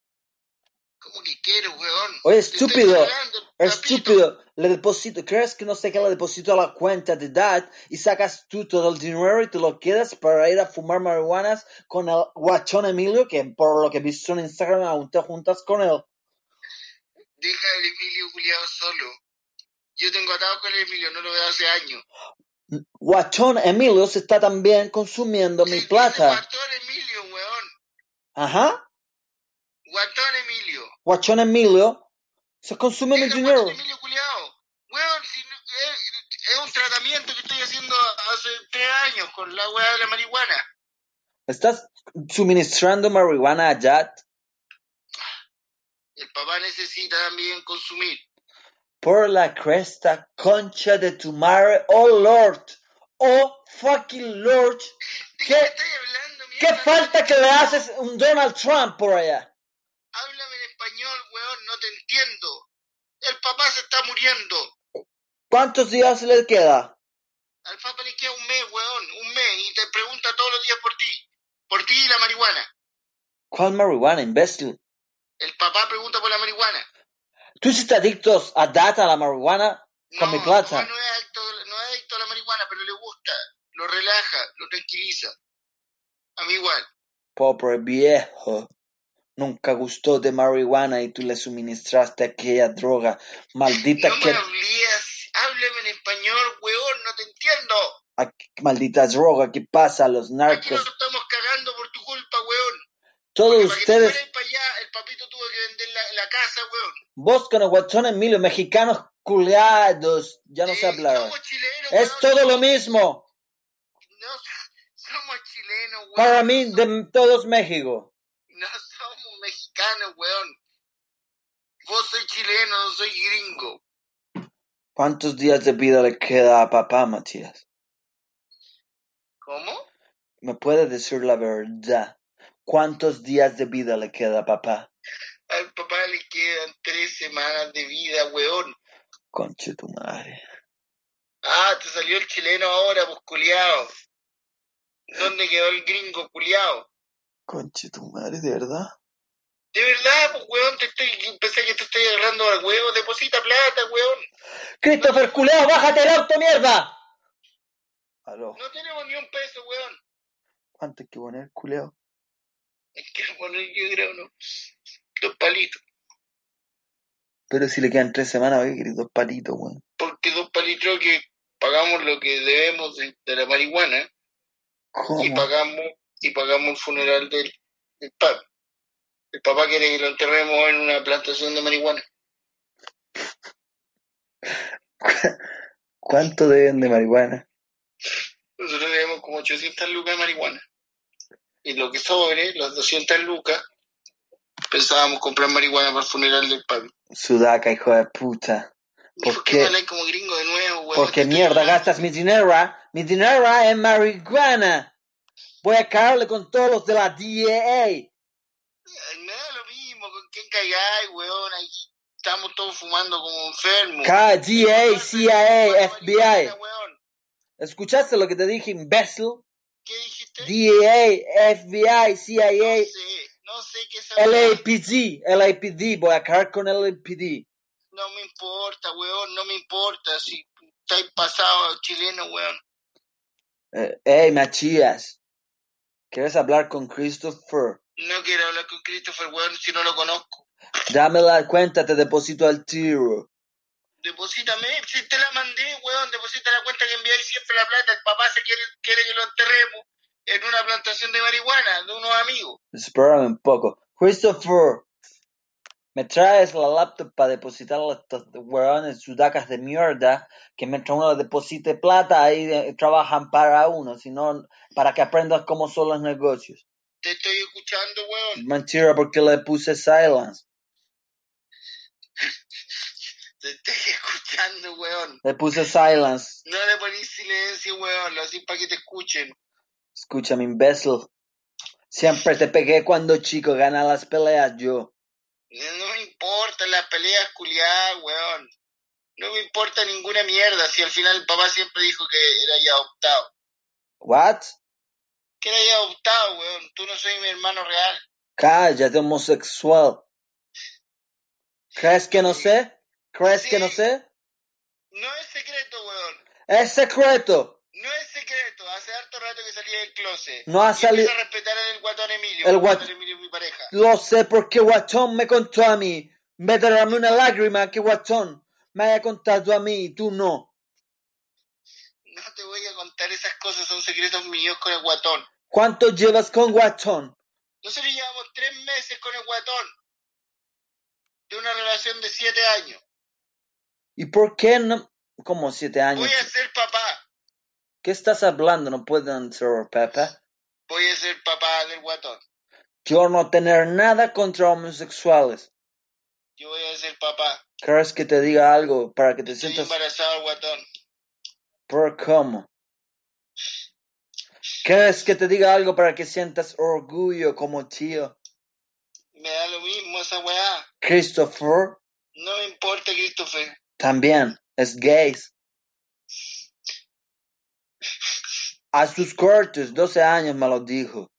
¿cómo que quieres, weón? Oye, Te estoy estúpido. hablando, papito. Estúpido, le deposito, ¿crees que no sé qué le deposito a la cuenta de Dad y sacas tú todo el dinero y te lo quedas para ir a fumar marihuanas con el guachón Emilio, que por lo que he visto en Instagram aún te juntas con él? Deja al Emilio Juliado solo. Yo tengo atado con el Emilio, no lo veo hace años. Guachón Emilio se está también consumiendo mi Sí, dice plata. Guatón Emilio, weón. Ajá, Guatón Emilio. guachón Emilio se consume mi Deja el guatón dinero. Emilio Juliado. Weón, si no- eh, es un tratamiento que estoy haciendo hace tres años con la weá de la marihuana. ¿Estás suministrando marihuana a Dad? El papá necesita también consumir. Por la cresta concha de tu madre, oh Lord, oh fucking Lord, ¿De ¿Qué- qué, estás hablando, ¿qué mierda? falta que le haces a un Donald Trump por allá? Háblame en español, weón, no te entiendo. El papá se está muriendo. ¿Cuántos días le queda? Al papá le queda un mes, weón, un mes, y te pregunta todos los días por ti. Por ti y la marihuana. ¿Cuál marihuana, imbécil? El papá pregunta por la marihuana. ¿Tú hiciste adictos a data a la marihuana con mi el plata? papá no es, adicto, no es adicto a la marihuana, pero le gusta. Lo relaja, lo tranquiliza. A mí igual. Pobre viejo. Nunca gustó de marihuana y tú le suministraste aquella droga. Maldita No que me hables, háblame en español, weón, no te entiendo. a- maldita droga que pasa a los Aquí narcos. nos estamos cagando por tu culpa, weón. Todos Para que te ustedes, fueras para allá, el papito tuvo que vender la, la casa, weón. vos con Aguachón Emilio, mexicanos culeados, ya no Eh, sé hablar. Somos chilenos, Es weón. todo lo mismo. No, somos chilenos, weón. Para mí, No de todos México. No somos mexicanos, weón. Vos sois chileno, no soy gringo. ¿Cuántos días de vida le queda a papá, Matías? ¿Cómo? ¿Me puede decir la verdad? ¿Cuántos días de vida le queda a papá? Al papá le quedan tres semanas de vida, weón. Conche tu madre. Ah, te salió el chileno ahora, pues culiao. ¿Dónde quedó el gringo, culiao? Conche tu madre, ¿de verdad? De verdad, pues, weón, te estoy, pensé que te estoy agarrando al huevo. Deposita plata, weón. Christopher Culeo, bájate el auto, mierda. Aló, No tenemos ni un peso, weón. ¿cuánto hay que poner, Culeo? Hay que poner, yo creo, unos dos palitos. Pero si le quedan tres semanas, voy a querer dos palitos, weón. porque dos palitos que pagamos lo que debemos de, de la marihuana y ¿Cómo? pagamos y pagamos el funeral del, del papá. El papá quiere que lo enterremos en una plantación de marihuana. ¿Cuánto deben de marihuana? Nosotros debemos como 800 lucas de marihuana. Y lo que sobre, las 200 lucas, pensábamos comprar marihuana para el funeral del papá. Sudaca, hijo de puta. ¿Y ¿Por ¿Por qué qué? me habláis como gringo de nuevo, weón? Porque mierda gastas mi dinero, ¿ah? mi dinero en marihuana. Voy a caerle con todos los de la DEA. Me da lo mismo con quién caigáis, weón. Ahí estamos todos fumando como enfermos. KGA, CIA, Fumando marihuana, FBI. weón. ¿Escuchaste lo que te dije, imbécil? ¿Qué dijiste? DEA, FBI, no CIA, sé, no sé qué es LAPD, LAPD, voy a acabar con LAPD. No me importa, weón, no me importa. Si estáis pasado chileno, weón. Eh, hey, Machías, ¿quieres hablar con Christopher? No quiero hablar con Christopher, weón, si no lo conozco. Dame la cuenta, te deposito al tiro. Deposítame, si te la mandé, weón, deposita la cuenta que enviáis siempre la plata. El papá se quiere, quiere que lo enterremos en una plantación de marihuana de unos amigos. Espérame un poco. Christopher, ¿me traes la laptop para depositar a estos hueones sudacas de mierda que mientras uno deposite plata ahí eh, trabajan para uno, sino para que aprendas cómo son los negocios? Te estoy escuchando, weón. Mentira, porque le puse silence. Te estoy escuchando, weón. Le puse silence. No le ponís silencio, weón, lo hacís para que te escuchen. Escúchame, imbécil. Siempre te pegué cuando chico, gana las peleas yo. No me importan las peleas culiadas, weón. No me importa ninguna mierda. Si al final el papá siempre dijo que era ya adoptado. ¿What? Que era ya adoptado, weón. Tú no soy mi hermano real. Cállate, homosexual. ¿Crees que no sé? ¿Crees que no sé? No es secreto, weón. Es secreto. No es secreto. Hace harto rato que salí del closet. No ha Y empiezo salido- a respetar al guatón Emilio. El guatón guat- Emilio es mi pareja. Lo sé porque Guatón me contó a mí. Me derramé una lágrima que Guatón me haya contado a mí y tú no. No te voy a contar esas cosas. Son secretos míos con el guatón. ¿Cuánto llevas con Guatón? Nosotros llevamos tres meses con el guatón. De una relación de siete años. ¿Y por qué no...? Como siete años. Voy a ser papá. ¿Qué estás hablando? No pueden ser, Pepe. Voy a ser papá del guatón. Yo no tener nada contra homosexuales. Yo voy a ser papá. ¿Crees que te diga algo para que te Estoy sientas embarazado, guatón. por cómo? ¿Crees que te diga algo para que sientas orgullo como tío? Me da lo mismo esa weá. Christopher No me importa, Christopher. también es gay. A sus cortos 12 años me lo dijo.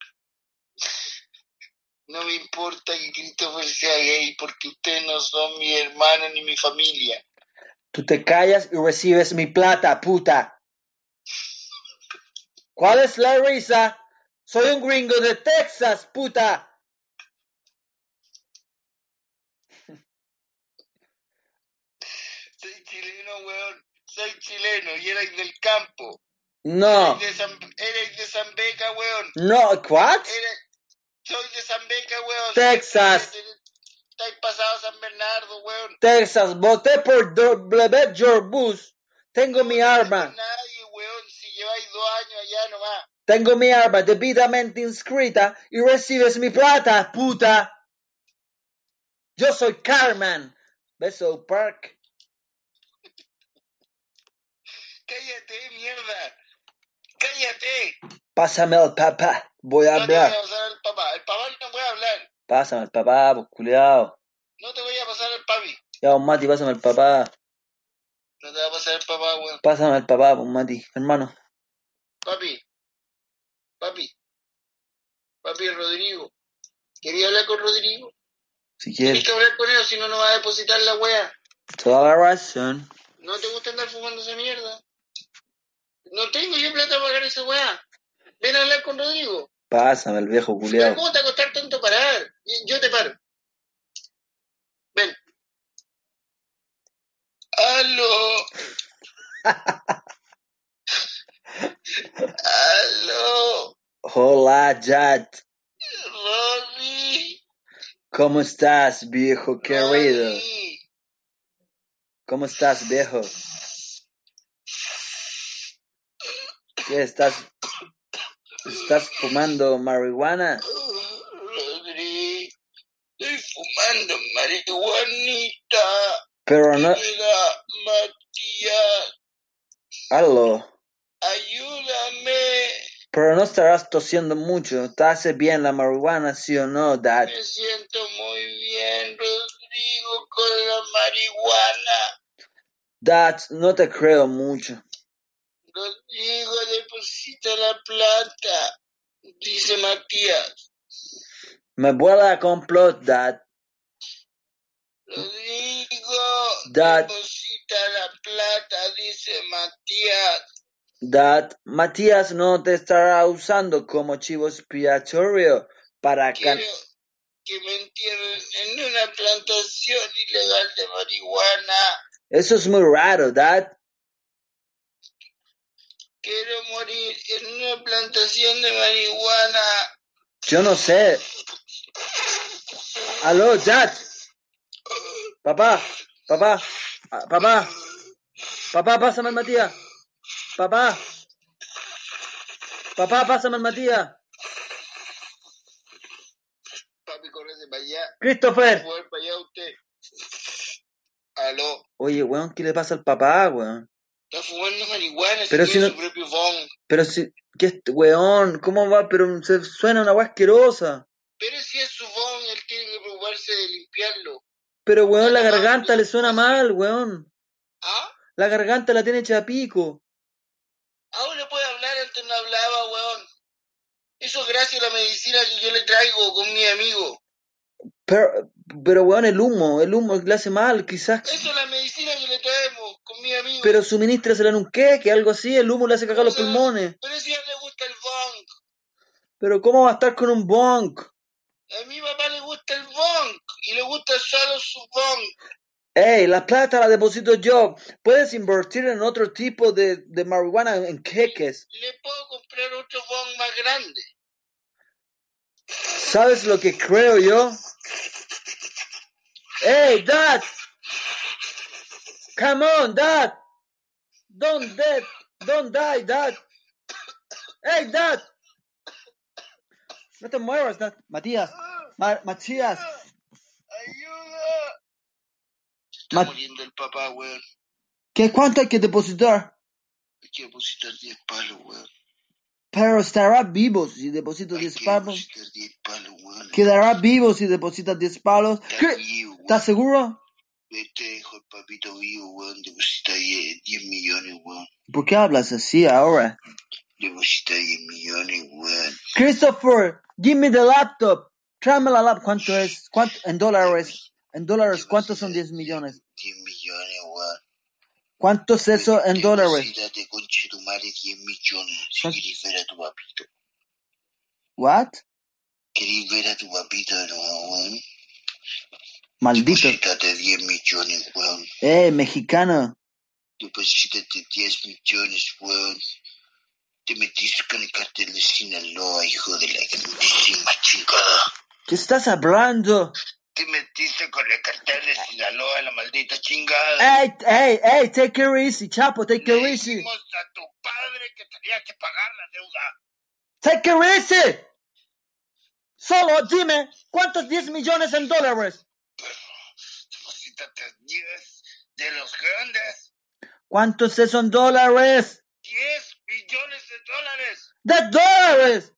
No me importa que Christopher sea gay porque ustedes no son mi hermano ni mi familia. Tú te callas y recibes mi plata, puta. ¿Cuál es la risa? Soy un gringo de Texas, puta. Soy chileno, weón. Soy chileno y erais del campo. No, Erais de San, erais de San Beca, weón. no, ¿what? Erais- Soy de San Beca, weón. Texas. Estáis pasado San Bernardo, weón. Texas, voté por W. George Bush. Tengo mi No arma, soy nadie, weón. Si lleváis dos años allá nomás. tengo mi arma debidamente inscrita y recibes mi plata, puta. Yo soy Carmen. Beso Park. Cállate, mierda. Cállate. Pásame al papá, voy a No te voy hablar. a pasar al papá. El papá no puede hablar. Pásame al papá, pues culiao. No te voy a pasar al papi. Ya, pues, Mati, pásame al papá. No te va a pasar al papá, weón. Pásame al papá, pues Mati, hermano. Papi. Papi. Papi Rodrigo. Quería hablar con Rodrigo. Si Tienes quieres, que hablar con él, si no, no va a depositar la wea. toda la razón. No te gusta andar fumando esa mierda. No tengo yo plata para pagar esa wea. Ven a hablar con Rodrigo. Pásame al viejo Pero culiao. ¿cómo te va a costar tanto parar? Y- Yo te paro. Ven. Aló. Aló. Hola, Jad. Ronnie. ¿Cómo estás, viejo querido? Ronnie. ¿Cómo estás, viejo? ¿Qué estás? ¿Estás fumando marihuana? Rodri. Estoy fumando marihuanita. Pero no. Mira, Matías, Aló. ayúdame. Pero no estarás tosiendo mucho. ¿Te hace bien la marihuana, sí o no, Dad? Me siento muy bien, Rodrigo, con la marihuana. Dad, no te creo mucho. Rodrigo deposita la plata, dice Matías. Me vuela a complot, Dad. Rodrigo Dad. deposita la plata, dice Matías. Dad, Matías no te estará usando como chivo expiatorio para can- Quiero que me entierren en una plantación ilegal de marihuana. Eso es muy raro, Dad. Quiero morir en una plantación de marihuana. Yo no sé. Aló, Dad. Papá, papá, ah, papá. Papá, pásame al Matías. Papá. Papá, pásame al Matías. Papi, córrese para allá. Christopher. Voy para allá usted. Aló. Oye, weón, ¿qué le pasa al papá, weón? Está fumando marihuana, Pero se si tiene no- su propio bong. Pero si, ¿qué es, weón? ¿Cómo va? Pero se suena una weá asquerosa. Pero si es su bong, él tiene que preocuparse de limpiarlo. Pero, weón, la garganta le suena mal, weón. ¿Ah? La garganta la tiene hecha pico. Ahora le puede hablar, antes no hablaba, weón. Eso es gracias a la medicina que yo le traigo con mi amigo. Pero, pero, weón, el humo, el humo le hace mal, quizás. Eso es la medicina que le traemos con mi amigo. Pero suministrasela en un queque, algo así, el humo le hace cagar los pulmones. Pero si a él le gusta el bong. Pero, ¿cómo va a estar con un bonk? A mi papá le gusta el bong. Y le gusta solo su bong. Ey, la plata la deposito yo. Puedes invertir en otro tipo de, de marihuana en queques. Le puedo comprar otro bong más grande. ¿Sabes lo que creo yo? Hey, Dad! Come on, Dad! Don't dead, don't die, Dad! Hey, Dad! No te muevas, Dad. Matías, Ma- Matías, ¡Ayuda! Está Ma- muriendo el papá, weón. ¿qué cuánto hay que depositar? Hay que depositar 10 palos, weón. Pero estará vivo si deposito Hay 10 que palos. depositar 10 palos, weón. Quedará vivo si depositas 10 palos. Está ¿Qué? vivo, weón. ¿Estás seguro? Este hijo el papito vivo, weón. Deposita 10, 10 millones, weón. ¿Por qué hablas así ahora? Deposita 10 millones, weón. Christopher, give me the laptop. Tráeme la laptop. ¿Cuánto es? ¿Cuánto? En dólares. En dólares, ¿cuántos son 10 millones? 10 millones, weón. ¿Cuánto es eso en dólares? Deposítate, conche tu madre, 10 millones. Si Son- querés ver a tu papito. What? ¿Querés ver a tu papito de nuevo, weón? Maldito. Deposítate 10 millones, weón. Eh, mexicano. pues Deposítate 10 millones, weón. Te metiste con el cartel de Sinaloa, hijo de la grandísima chingada. ¿Qué estás hablando? Te metiste con el cartel de Sinaloa, la maldita chingada. Hey, hey, hey, take it easy, chapo, take Le it easy. dijimos a tu padre que tenía que pagar la deuda. Take it easy. Solo dime, ¿cuántos 10 millones en dólares? Deposítate 10 de los grandes. ¿Cuántos es eso en dólares? 10 millones de dólares. ¡De dólares!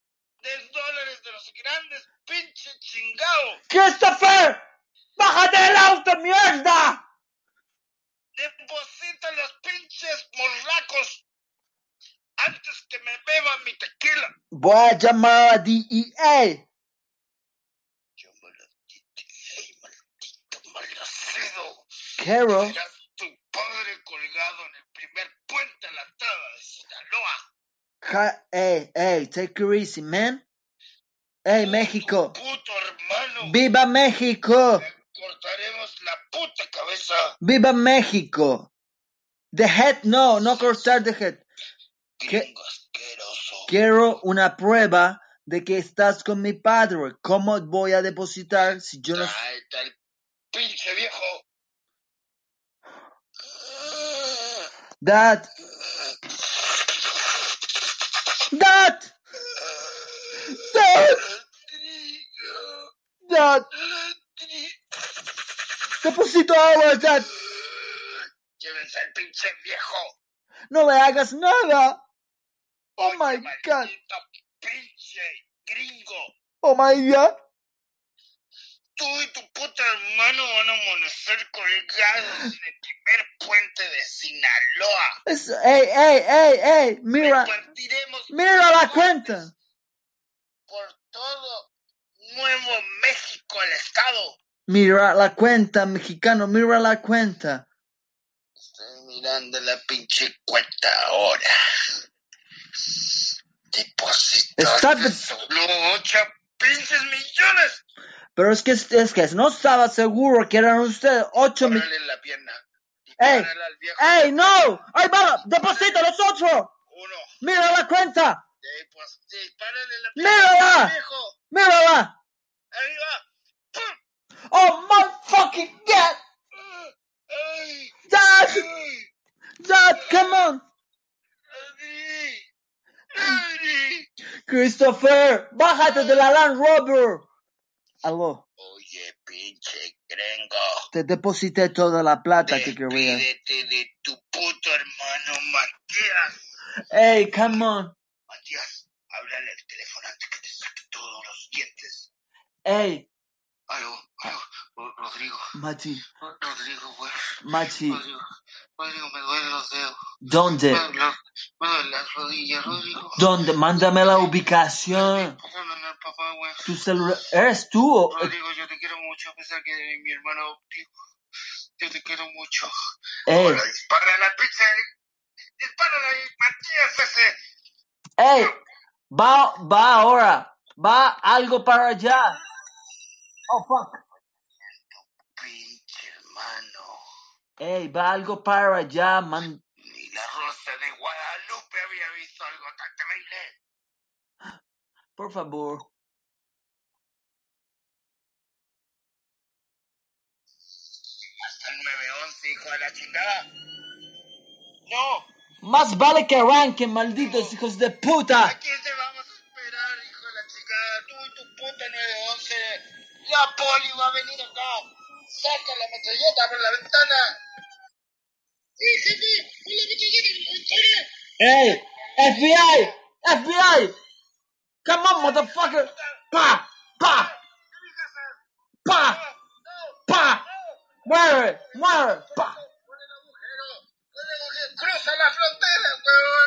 10 dólares de los grandes, pinche chingado. ¡Christopher! ¡Bájate del auto, mierda! Deposita los pinches morlacos antes que me beba mi tequila. Voy a llamar a DEA. Yo me lo quité, maldito malnacido. Carol, Serás tu padre colgado en el primer puente enlatado de Sinaloa. ca- hey, hey, E take it easy, man. Hey, México. Tu puto hermano. ¡Viva México! Te cortaremos la puta cabeza. ¡Viva México! The head, no, no cortar the head. Gringo asqueroso. Quiero una prueba de que estás con mi padre. ¿Cómo voy a depositar si yo no... Tráete al pinche viejo. Dad. Dad. Dad. Rodrigo, Dad. Rodrigo. Deposito ahora, Dad. Llévense al pinche viejo. No le hagas nada. Oh Oye, my God. maldito Pinche gringo. Oh my God. tú y tu puta hermano van a amanecer colgados en el primer puente de Sinaloa. Es- ¡Ey, ey, ey, ey! ¡Mira, Repartiremos mira la cuenta! por todo Nuevo México, el Estado. Mira la cuenta, mexicano, mira la cuenta. Estoy mirando la pinche cuenta ahora. Está- Depositaste solo ocho pinches millones. Pero es que, es que no estaba seguro que eran ustedes ocho mil... Párale la pierna. Y ¡Ey! párale al viejo. ¡Ey, no! ¡Ahí va! ¡Deposita los ocho! Uno. ¡Mira la cuenta! Deposita. Párale la ¡Mírala! pierna. al viejo. ¡Mírala! Arriba. ¡Pum! ¡Oh, my fucking God! ¡Ay! ¡Dad! ¡Ay! ¡Dad, come on! ¡Adri! ¡Adri! Christopher, bájate de la Land Rover. Aló, Oye, pinche gringo. te deposité toda la plata que quería. Despídete de tu puto hermano Matías. Hey, come on. Matías, háblale al teléfono antes que te saque todos los dientes. Hey, Aló, aló, Ro- Rodrigo, Mati, Ro- Rodrigo, güey. Mati, Rodrigo, Rodrigo, me duelen los dedos. ¿dónde? Me duelen los- me duelen las rodillas, Rodrigo. ¿Dónde? Mándame la ubicación. Perdóname, papá, güey. Tu celular. ¿Eres tú? o- Rodrigo, yo te quiero mucho, a pesar que eres mi hermano adoptivo. Yo te quiero mucho. Hey, Ahora dispara a la pizza. eh. Dispara a Matías ese. hey, va, va ahora. Va algo para allá. Oh, fuck. Pinche hermano. Hey, va algo para allá, man. Ni la rosa de Guadalupe había visto algo tan terrible. Por favor. Hasta el 911, hijo de la chingada. No, Más vale que arranquen, malditos hijos de puta. ¿a quién te vamos a esperar, hijo de la chingada? Tú y tu puta 911. La poli va a venir acá. Saca la metralleta por la ventana. Sí, jefe, con la metralleta en la ventana. Hey, FBI, FBI, come on, motherfucker! Pa, pa, pa, pa, muere, muere, pa. Con el agujero, con el agujero. Cruza la frontera, huevón.